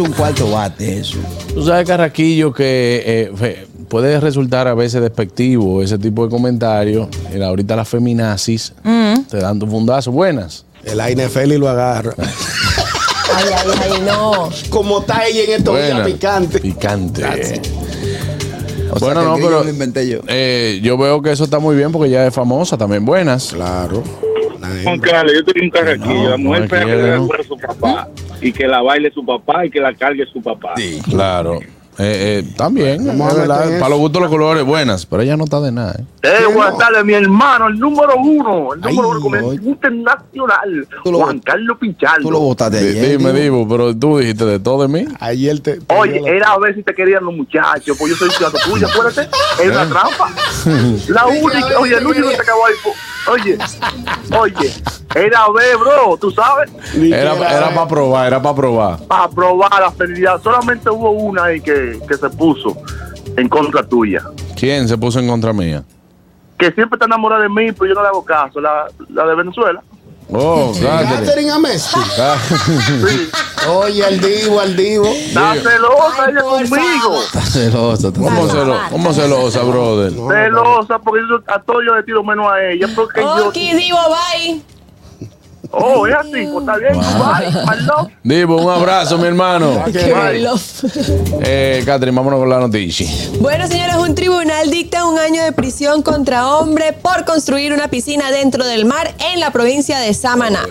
Speaker 5: es un cuarto bate eso.
Speaker 1: Tú sabes, Carraquillo, que eh, fe- puede resultar a veces despectivo ese tipo de comentarios. Mira, ahorita las feminazis
Speaker 4: Mm.
Speaker 1: te dan tu fundazo. Buenas.
Speaker 3: El Aine Feli lo agarra.
Speaker 4: Ay, ay, ay, no.
Speaker 3: como está ella en estos días
Speaker 1: Buenas.
Speaker 3: picante.
Speaker 1: Picante.
Speaker 5: O sea,
Speaker 1: Bueno,
Speaker 5: que el
Speaker 1: no,
Speaker 5: grillo
Speaker 1: pero-
Speaker 5: lo inventé yo.
Speaker 1: Eh, yo veo que eso está muy bien porque ella es famosa también. Buenas.
Speaker 3: Claro.
Speaker 7: Juan Carlos, yo tenía un carraquillo.
Speaker 1: No,
Speaker 7: la mujer
Speaker 1: no
Speaker 7: fea que
Speaker 1: quiero.
Speaker 7: le recuerda a su papá y que la baile su papá y que la cargue su papá.
Speaker 1: Claro. Eh, eh, también,
Speaker 7: Vamos a
Speaker 1: es verdad,
Speaker 7: meter eso.
Speaker 1: para los gustos los colores, buenas, pero ella no está de nada. ¿eh?
Speaker 7: Eh, buenas tardes, mi hermano, el número uno, el número uno con el internacional, Juan Carlos Pichardo.
Speaker 1: Di-
Speaker 7: ayer,
Speaker 1: Dime,
Speaker 7: Divo.
Speaker 1: Divo, pero tú dijiste de todo de mí.
Speaker 3: Ayer te.
Speaker 7: Oye, era a ver si te querían los muchachos, pues yo soy ciudadano tuyo, acuérdate, es una trampa. La única, oye, el único que te acabó ahí. fue- Oye, oye, era a ver, bro, tú sabes,
Speaker 1: Era, era para probar, era para probar.
Speaker 7: para probar la felicidad. Solamente hubo una ahí que, que se puso en contra tuya.
Speaker 1: ¿Quién se puso en contra mía?
Speaker 7: Que siempre está enamorada de mí, pero yo no le hago caso, la, la de Venezuela.
Speaker 1: Oh, Catherine.
Speaker 3: Catherine Amesti.
Speaker 1: Ca-
Speaker 3: Oye, al divo, al divo.
Speaker 7: Está celosa ella conmigo.
Speaker 5: Celosa,
Speaker 1: ¿Cómo celosa, ¿Cómo celosa, brother?
Speaker 7: Celosa, porque yo, a todo yo le tiro menos a ella. Porque
Speaker 10: pues,
Speaker 7: yo.
Speaker 4: Oki, Divo, bye.
Speaker 7: Oh, es así, pues está bien. Bye, my love.
Speaker 1: Divo, un abrazo, mi hermano.
Speaker 4: Qué
Speaker 1: Eh, Catherine, vámonos con la noticia.
Speaker 4: Bueno, señores, un tribunal dicta un año de prisión contra hombre por construir una piscina dentro del mar en la provincia de Samaná.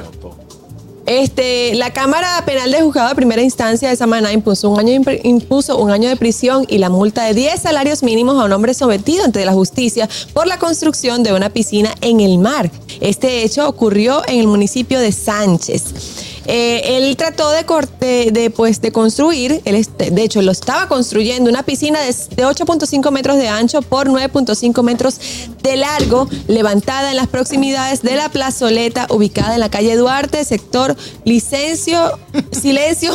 Speaker 4: Este, la Cámara Penal de Juzgado de Primera Instancia de Samaná impuso un, año, impr- impuso un año de prisión y la multa de 10 salarios mínimos a un hombre sometido ante la justicia por la construcción de una piscina en el mar. Este hecho ocurrió en el municipio de Sánchez. Eh, él trató de, cor- de, de, pues, de construir, él este- de hecho, lo estaba construyendo, una piscina de, de 8.5 metros de ancho por 9.5 metros de largo, levantada en las proximidades de la plazoleta ubicada en la calle Duarte, sector Licencio, Silencio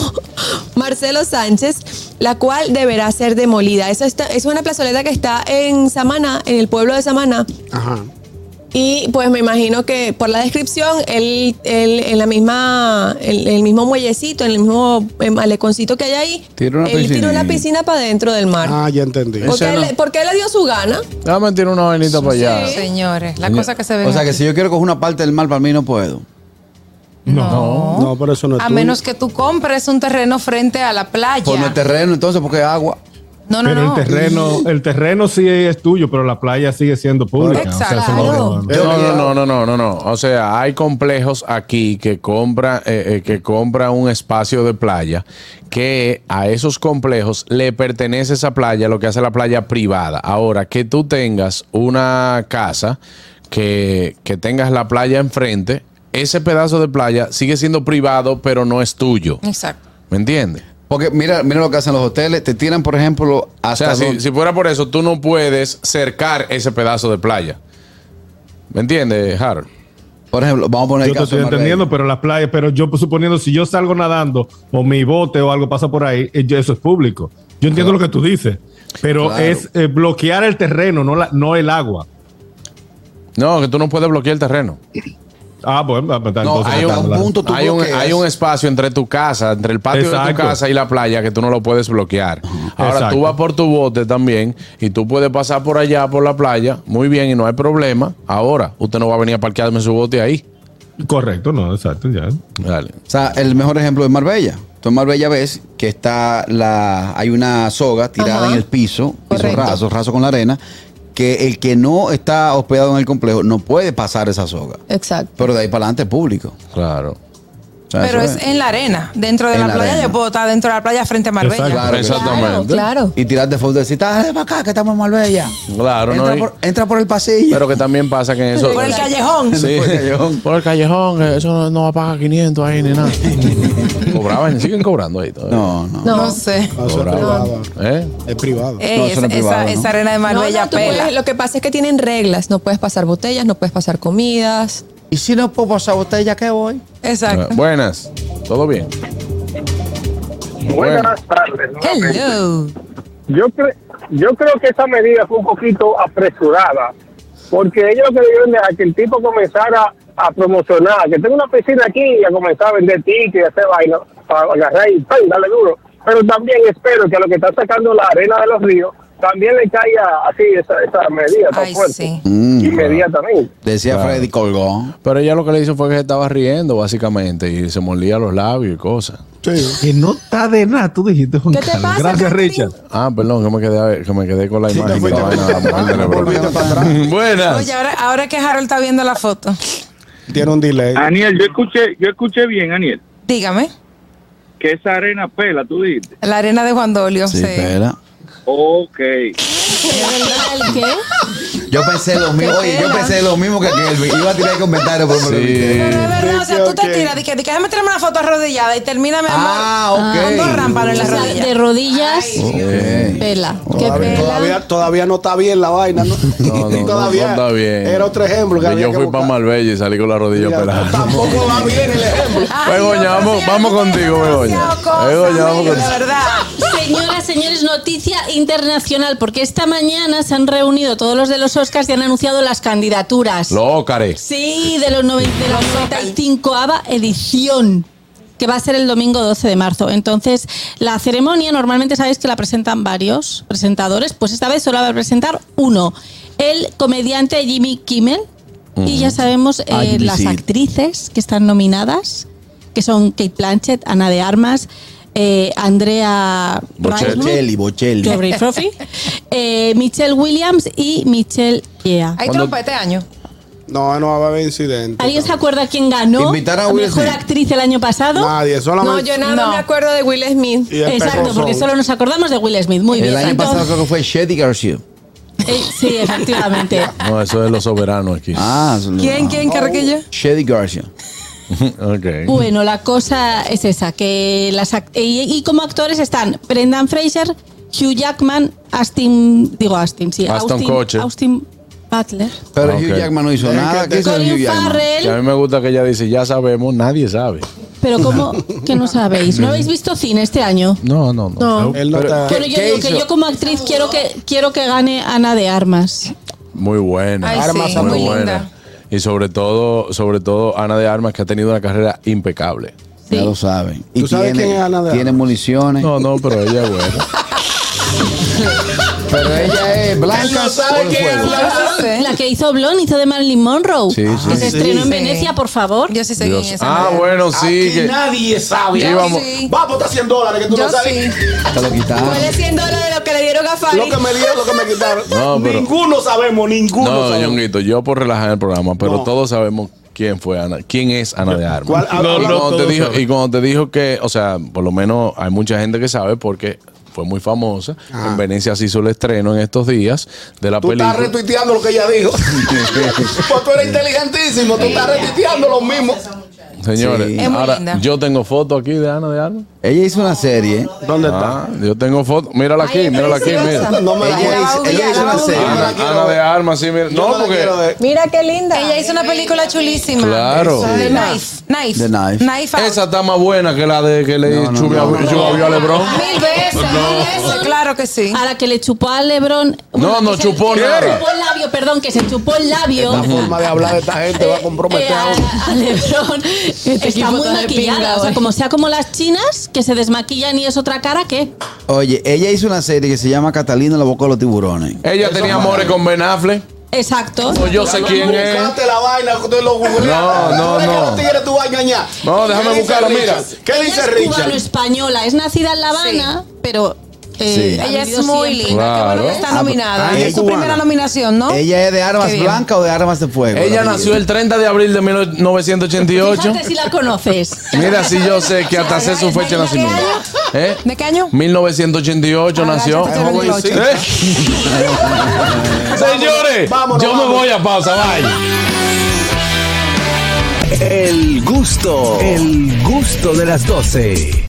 Speaker 4: Marcelo Sánchez, la cual deberá ser demolida. Eso está- es una plazoleta que está en Samaná, en el pueblo de Samaná.
Speaker 3: Ajá.
Speaker 4: Y pues me imagino que por la descripción, él, él en la misma, en el mismo muellecito, en el mismo eh, maleconcito que hay ahí,
Speaker 1: Tira
Speaker 10: Eh,
Speaker 1: una
Speaker 4: él tiró una
Speaker 1: piscinita.
Speaker 4: piscina para dentro del mar.
Speaker 3: Ah, ya entendí.
Speaker 4: porque,
Speaker 1: Ese
Speaker 4: él,
Speaker 1: no.
Speaker 4: porque él le dio su gana.
Speaker 1: Déjame tirar una vainita para allá.
Speaker 10: Señores, la cosa que se ve.
Speaker 5: Pues O sea que si yo quiero coger una parte del mar, para mí no puedo.
Speaker 10: No.
Speaker 3: No, pero eso no es
Speaker 10: A
Speaker 3: tuyo.
Speaker 10: menos que tú compres un terreno frente a la playa.
Speaker 5: Por el terreno, entonces, porque agua.
Speaker 10: No, no,
Speaker 2: pero
Speaker 10: no.
Speaker 2: el terreno, el terreno sí es tuyo, pero la playa sigue siendo pública. O sea, eso no-
Speaker 10: Exacto.
Speaker 1: No, no, no, no, no, no, no. O sea, hay complejos aquí que compra, eh, eh, que compra un espacio de playa que a esos complejos le pertenece esa playa, lo que hace la playa privada. Ahora, que tú tengas una casa que, que tengas la playa enfrente, ese pedazo de playa sigue siendo privado, pero no es tuyo.
Speaker 10: Exacto.
Speaker 1: ¿Me entiendes?
Speaker 5: Porque mira, mira lo que hacen los hoteles. Te tiran, por ejemplo,
Speaker 1: O
Speaker 5: hasta
Speaker 1: sea, si,
Speaker 5: donde-
Speaker 1: si fuera por eso, tú no puedes cercar ese pedazo de playa. ¿Me entiendes, Harold?
Speaker 5: Por ejemplo, vamos a poner
Speaker 2: Yo te estoy entendiendo, pero las playas, pero yo pues, suponiendo si yo salgo nadando o mi bote o algo pasa por ahí, eh, yo- eso es público. Yo entiendo lo que tú dices, pero
Speaker 1: Claro.
Speaker 2: es eh, bloquear el terreno, no, la, no el agua.
Speaker 1: No, que tú no puedes bloquear el terreno.
Speaker 2: Ah, bueno, ah, pues,
Speaker 1: No,
Speaker 2: entonces
Speaker 1: hay
Speaker 2: estamos
Speaker 1: un,
Speaker 2: hablando.
Speaker 1: punto, tú hay, un, hay un espacio entre tu casa, entre el patio de tu
Speaker 2: Exacto.
Speaker 1: casa y la playa que tú no lo puedes bloquear. Ahora tú
Speaker 2: Exacto.
Speaker 1: vas por tu bote también y tú puedes pasar por allá, por la playa, muy bien y no hay problema. Ahora, usted no va a venir a parquearme su bote ahí.
Speaker 2: Correcto, no, exacto, ya.
Speaker 1: Dale.
Speaker 5: O sea, el mejor ejemplo es Marbella. Tú en Marbella ves que está la, hay una soga tirada en el piso, piso raso, raso con la arena, que el que no está hospedado en el complejo no puede pasar esa soga.
Speaker 4: Exacto.
Speaker 5: Pero de ahí para adelante es público.
Speaker 1: Claro.
Speaker 10: Pero es en la arena. Dentro de
Speaker 5: En
Speaker 10: la,
Speaker 5: la
Speaker 10: playa,
Speaker 5: arena.
Speaker 10: yo puedo estar dentro de la playa frente a Marbella.
Speaker 1: Exactamente.
Speaker 4: Claro.
Speaker 5: Y tirar de fondo y decir, "Dale para acá que estamos en Marbella.
Speaker 1: Claro,
Speaker 5: entra,
Speaker 1: no. y-
Speaker 5: por, entra por el pasillo.
Speaker 1: Pero que también pasa que en eso.
Speaker 5: Por el
Speaker 10: callejón.
Speaker 1: Sí.
Speaker 5: Por el callejón.
Speaker 1: Por el callejón, que eso no, no va a pagar 500 ahí ni nada. Cobraban, siguen cobrando ahí todavía.
Speaker 5: No, no. Ah,
Speaker 10: No,
Speaker 3: Ah,
Speaker 10: sé.
Speaker 1: Cobraban. ¿Eh?
Speaker 3: Es privado.
Speaker 10: Ey, esa, esa- esa arena de Marbella
Speaker 4: No, no, tú
Speaker 10: pela.
Speaker 4: puedes- lo que pasa es que tienen reglas. No puedes pasar botellas, no puedes pasar comidas.
Speaker 5: ¿Y si no puedo pasar botellas, qué voy?
Speaker 10: Exacto.
Speaker 1: Eh, Buenas. ¿Todo bien?
Speaker 11: Buenas tardes. nuevamente. Yo, cre- yo creo que esa medida fue un poquito apresurada, porque ellos lo que debieron dejar que el tipo comenzara a promocionar, que tenga una piscina aquí y a comenzar a vender tickets y hacer vaina, para agarrar y ¡pam! darle duro. Pero también espero que a lo que está sacando la arena de los ríos también le caiga así esa, esa medida tan fuerte. Inmediatamente.
Speaker 5: Decía
Speaker 1: Claro.
Speaker 5: Freddy Colgón.
Speaker 1: Pero ella lo que le hizo fue que se estaba riendo, básicamente, y se molía los labios y cosas.
Speaker 2: Que no está de nada, tú dijiste, Juan
Speaker 1: ¿Qué te
Speaker 2: Carlos.
Speaker 1: pasa,
Speaker 2: Gracias,
Speaker 1: Catherine?
Speaker 2: Richard.
Speaker 1: Ah, perdón, que me quedé, que me quedé con la imagen. de la vaina de la mujer de Lebron. Buenas.
Speaker 10: Oye, ahora, ahora que Harold está viendo la foto,
Speaker 3: Tiene un delay.
Speaker 7: Aniel, yo escuché, yo escuché bien, Aniel.
Speaker 10: dígame.
Speaker 7: que esa arena pela, tú dijiste.
Speaker 10: La arena de Juan Dolio, sí.
Speaker 7: Ok.
Speaker 8: ¿El qué?
Speaker 5: Yo pensé lo mismo, oye, yo
Speaker 10: pena.
Speaker 5: pensé lo mismo que Kelvin. Iba a tirar el comentario, pero me lo
Speaker 1: Sí.
Speaker 10: Pero es
Speaker 5: olvidé.
Speaker 10: verdad, o sea, tú te tiras, di que, di que déjame tirarme una foto arrodillada y termina, mi amor,
Speaker 5: Ah, ok.
Speaker 10: con dos rámpanos en
Speaker 8: O
Speaker 10: las
Speaker 8: sea,
Speaker 10: rodillas.
Speaker 8: de rodillas,
Speaker 5: Ok.
Speaker 8: pela.
Speaker 5: Oh.
Speaker 8: ¿Qué
Speaker 3: Todavía,
Speaker 8: pela?
Speaker 3: todavía, todavía no está bien la vaina, ¿no?
Speaker 1: No, no,
Speaker 3: todavía
Speaker 1: no está bien.
Speaker 3: Era otro ejemplo que
Speaker 1: Que
Speaker 3: había
Speaker 1: yo
Speaker 3: que
Speaker 1: fui
Speaker 3: buscar.
Speaker 1: para Marbella y salí con la rodilla
Speaker 3: Mira,
Speaker 1: pelada.
Speaker 3: Tampoco va bien el ejemplo.
Speaker 10: Ay,
Speaker 1: Begoña,
Speaker 10: no,
Speaker 1: vamos-
Speaker 10: pero
Speaker 1: vamos
Speaker 10: si hay
Speaker 1: contigo,
Speaker 10: demasiado
Speaker 1: Begoña.
Speaker 10: cosa,
Speaker 1: Begoña, vamos
Speaker 10: amigo,
Speaker 1: contigo.
Speaker 10: De verdad.
Speaker 8: Señoras, señores, noticia internacional, porque esta mañana se han reunido todos los de los Oscars y han anunciado las candidaturas.
Speaker 1: Lo ócare.
Speaker 8: Sí, de, los noven- de la 95 ava edición que va a ser el domingo 12 de marzo. Entonces, la ceremonia normalmente sabéis que la presentan varios presentadores, pues esta vez solo va a presentar uno, el comediante Jimmy Kimmel y ya sabemos eh,
Speaker 5: Ah, Jimmy,
Speaker 8: las
Speaker 5: sí.
Speaker 8: actrices que están nominadas, que son Kate Blanchett, Ana de Armas, eh, Andrea
Speaker 1: Bocelli.
Speaker 8: Reisman,
Speaker 5: Bocelli, Bocelli.
Speaker 8: Geoffrey Trophy, eh, Michelle Williams y Michelle Yea.
Speaker 10: Hay
Speaker 1: Cuando-
Speaker 10: trompa este año.
Speaker 3: No, no va a haber incidente.
Speaker 8: ¿Alguien se acuerda quién ganó?
Speaker 5: Invitar a
Speaker 8: la
Speaker 5: Will
Speaker 8: mejor
Speaker 5: Smith.
Speaker 8: actriz el año pasado.
Speaker 3: Nadie,
Speaker 4: No,
Speaker 3: solamente.
Speaker 4: yo nada
Speaker 10: No.
Speaker 4: me acuerdo de Will Smith.
Speaker 3: y el
Speaker 8: Exacto,
Speaker 3: pecoso.
Speaker 8: porque solo nos acordamos de Will Smith. Muy bien.
Speaker 5: El año
Speaker 8: entonces-
Speaker 5: pasado creo que fue Shetty Garcia.
Speaker 8: eh, sí, efectivamente.
Speaker 1: No, eso es los soberanos aquí.
Speaker 5: Ah,
Speaker 4: ¿Quién, quién,
Speaker 3: Oh.
Speaker 4: Carraquillo?
Speaker 5: Shetty Garcia.
Speaker 1: Ok.
Speaker 8: Bueno, la cosa es esa, que las act- y, y como actores están Brendan Fraser, Hugh Jackman, Astin, digo Astin, sí,
Speaker 1: Aston
Speaker 8: Austin,
Speaker 1: Kutcher.
Speaker 8: Austin Butler,
Speaker 5: Pero
Speaker 1: Ah, ok.
Speaker 5: Hugh Jackman no hizo
Speaker 3: Es que
Speaker 5: nada.
Speaker 3: te-
Speaker 5: ¿Qué hizo Hugh
Speaker 8: Colin
Speaker 5: Jackman?
Speaker 1: Que a
Speaker 8: Farrell,
Speaker 1: mí me gusta que ella dice, ya sabemos, nadie sabe.
Speaker 8: pero como que no sabéis, ¿no habéis visto cine este año?
Speaker 1: No, no, no.
Speaker 8: No.
Speaker 3: Él no
Speaker 5: Pero-
Speaker 3: está.
Speaker 8: Bueno, yo
Speaker 5: ¿Qué
Speaker 8: digo que
Speaker 5: hizo?
Speaker 8: yo como actriz quiero que quiero que gane Ana de Armas.
Speaker 1: Muy buena.
Speaker 10: Ay, sí,
Speaker 1: muy
Speaker 10: muy
Speaker 1: buena.
Speaker 10: linda.
Speaker 1: Y sobre todo, sobre todo Ana de Armas, que ha tenido una carrera impecable.
Speaker 5: Ya
Speaker 8: Sí.
Speaker 5: lo saben. Y
Speaker 3: ¿Tú sabes
Speaker 5: tiene,
Speaker 3: quién es Ana de
Speaker 5: Tiene
Speaker 3: Armas?
Speaker 5: municiones.
Speaker 1: No, no, pero ella es buena.
Speaker 5: Pero ella
Speaker 3: Eh,
Speaker 5: es blanca o el fuego.
Speaker 10: sé.
Speaker 8: Ah, La que hizo Blonde hizo de Marilyn Monroe.
Speaker 1: Sí, sí.
Speaker 8: Que se
Speaker 3: Ah, sí.
Speaker 8: estrenó en
Speaker 10: Sí.
Speaker 8: Venecia, por favor.
Speaker 10: Yo sí seguí
Speaker 1: Dios.
Speaker 10: en esa.
Speaker 1: Ah,
Speaker 10: manera.
Speaker 1: bueno, sí.
Speaker 3: Aquí
Speaker 1: que-
Speaker 3: nadie sabe.
Speaker 1: Yo
Speaker 3: Vamos,
Speaker 10: sí.
Speaker 3: vamos a botar 100 dólares que tú
Speaker 10: Yo
Speaker 3: no sabes.
Speaker 10: sí.
Speaker 5: Te lo quitaron.
Speaker 4: Fue de 100 dólares lo que le dieron a
Speaker 3: Lo
Speaker 4: Fari.
Speaker 3: que me dieron, lo que me quitaron.
Speaker 1: No, pero-
Speaker 3: Ninguno sabemos, ninguno
Speaker 1: No,
Speaker 3: sabemos.
Speaker 1: Ñonguito, yo por relajar el programa, pero
Speaker 3: No.
Speaker 1: todos sabemos quién fue Ana, quién es Ana de Armas.
Speaker 3: ¿Cuál? Ah,
Speaker 1: y,
Speaker 3: no,
Speaker 1: cuando te
Speaker 2: todos
Speaker 1: dijo,
Speaker 2: saben.
Speaker 1: y cuando te dijo que, o sea, por lo menos hay mucha gente que sabe porque fue muy famosa. En Venecia se hizo el estreno en estos días de la
Speaker 3: Tú
Speaker 1: película.
Speaker 3: estás retuiteando lo que ella dijo. pues tú eres inteligentísimo, tú estás retuiteando lo mismo.
Speaker 1: Señores,
Speaker 5: Sí.
Speaker 10: Es muy
Speaker 1: ahora
Speaker 10: linda.
Speaker 1: yo tengo foto aquí de Ana de Armas.
Speaker 5: Ella hizo una serie.
Speaker 3: ¿Dónde está?
Speaker 1: Ah, yo tengo foto. Mírala aquí, mírala aquí, mira.
Speaker 3: No me
Speaker 5: Ella,
Speaker 3: la quiero.
Speaker 10: va a
Speaker 5: hizo, ella
Speaker 10: humillar,
Speaker 5: hizo
Speaker 10: la va a
Speaker 5: una serie.
Speaker 3: humillar.
Speaker 1: Ana,
Speaker 3: la quiero
Speaker 1: Ana de
Speaker 3: ver.
Speaker 1: Armas, sí, mira.
Speaker 3: Yo
Speaker 1: No,
Speaker 3: la quiero
Speaker 1: porque
Speaker 3: ver.
Speaker 4: Mira qué linda.
Speaker 10: Ella hizo una película chulísima.
Speaker 1: Claro.
Speaker 10: Esa de
Speaker 1: Sí.
Speaker 10: Knife. Knife.
Speaker 5: The Knife.
Speaker 10: Out.
Speaker 1: esa está más buena que la de que le
Speaker 5: No, no,
Speaker 1: chubió
Speaker 5: no, no, no.
Speaker 1: a Lebron.
Speaker 10: Mil veces, mil veces. Claro que sí.
Speaker 8: A la que le chupó a Lebron.
Speaker 1: No, no
Speaker 8: que se-
Speaker 1: chupó
Speaker 8: que se
Speaker 1: nada.
Speaker 8: chupó el labio, perdón, que se chupó el labio.
Speaker 3: La forma de hablar de esta gente va a comprometer
Speaker 8: Eh,
Speaker 3: a uno.
Speaker 8: a, a Lebron está
Speaker 10: Este
Speaker 4: equipo
Speaker 8: muy
Speaker 4: está de
Speaker 8: maquillada.
Speaker 4: pinga,
Speaker 8: o sea,
Speaker 4: güey.
Speaker 8: como sea como las chinas, que se desmaquillan y es otra cara que.
Speaker 5: Oye, ella hizo una serie que se llama Catalina la boca de los tiburones.
Speaker 1: Ella tenía amores con Ben Affleck.
Speaker 8: Exacto.
Speaker 1: No, Pues yo sé quién es.
Speaker 3: Buscate la vaina, tú lo googleas.
Speaker 1: No, no,
Speaker 3: Tú ves que
Speaker 1: no.
Speaker 3: los tigres tú vas a engañar.
Speaker 1: No, déjame
Speaker 3: ¿Qué dice
Speaker 1: buscarla, mira.
Speaker 3: Richard? ¿Qué
Speaker 8: Ella
Speaker 3: dice
Speaker 8: es
Speaker 3: Richard?
Speaker 8: cubano-española, es nacida en La Habana, pero. eh,
Speaker 5: Sí.
Speaker 8: ha
Speaker 10: Ella es
Speaker 8: vivido
Speaker 10: muy
Speaker 8: siempre.
Speaker 10: linda. Qué bueno
Speaker 1: Claro.
Speaker 10: que
Speaker 1: Ah,
Speaker 10: está
Speaker 5: pero-
Speaker 10: nominada.
Speaker 5: ah, ella
Speaker 10: es
Speaker 5: es
Speaker 10: su
Speaker 5: cubana.
Speaker 10: primera nominación, ¿no?
Speaker 5: ¿Ella es de armas
Speaker 10: Qué bien.
Speaker 5: blancas o de armas de fuego?
Speaker 1: Ella
Speaker 5: La
Speaker 1: nació
Speaker 5: apellido.
Speaker 1: el 30 de abril de 1988.
Speaker 8: Fíjate si la conoces.
Speaker 1: Mira si yo sé que hasta sé su fecha de nacimiento. ¿Eh?
Speaker 10: ¿De qué año?
Speaker 1: 1988 nació.
Speaker 10: Agáchate,
Speaker 1: ¿Eh?
Speaker 10: jovencito.
Speaker 1: Señores,
Speaker 3: Vámonos,
Speaker 1: yo me
Speaker 3: vámonos.
Speaker 1: voy a pausa, bye.
Speaker 12: El gusto, el gusto de las 12.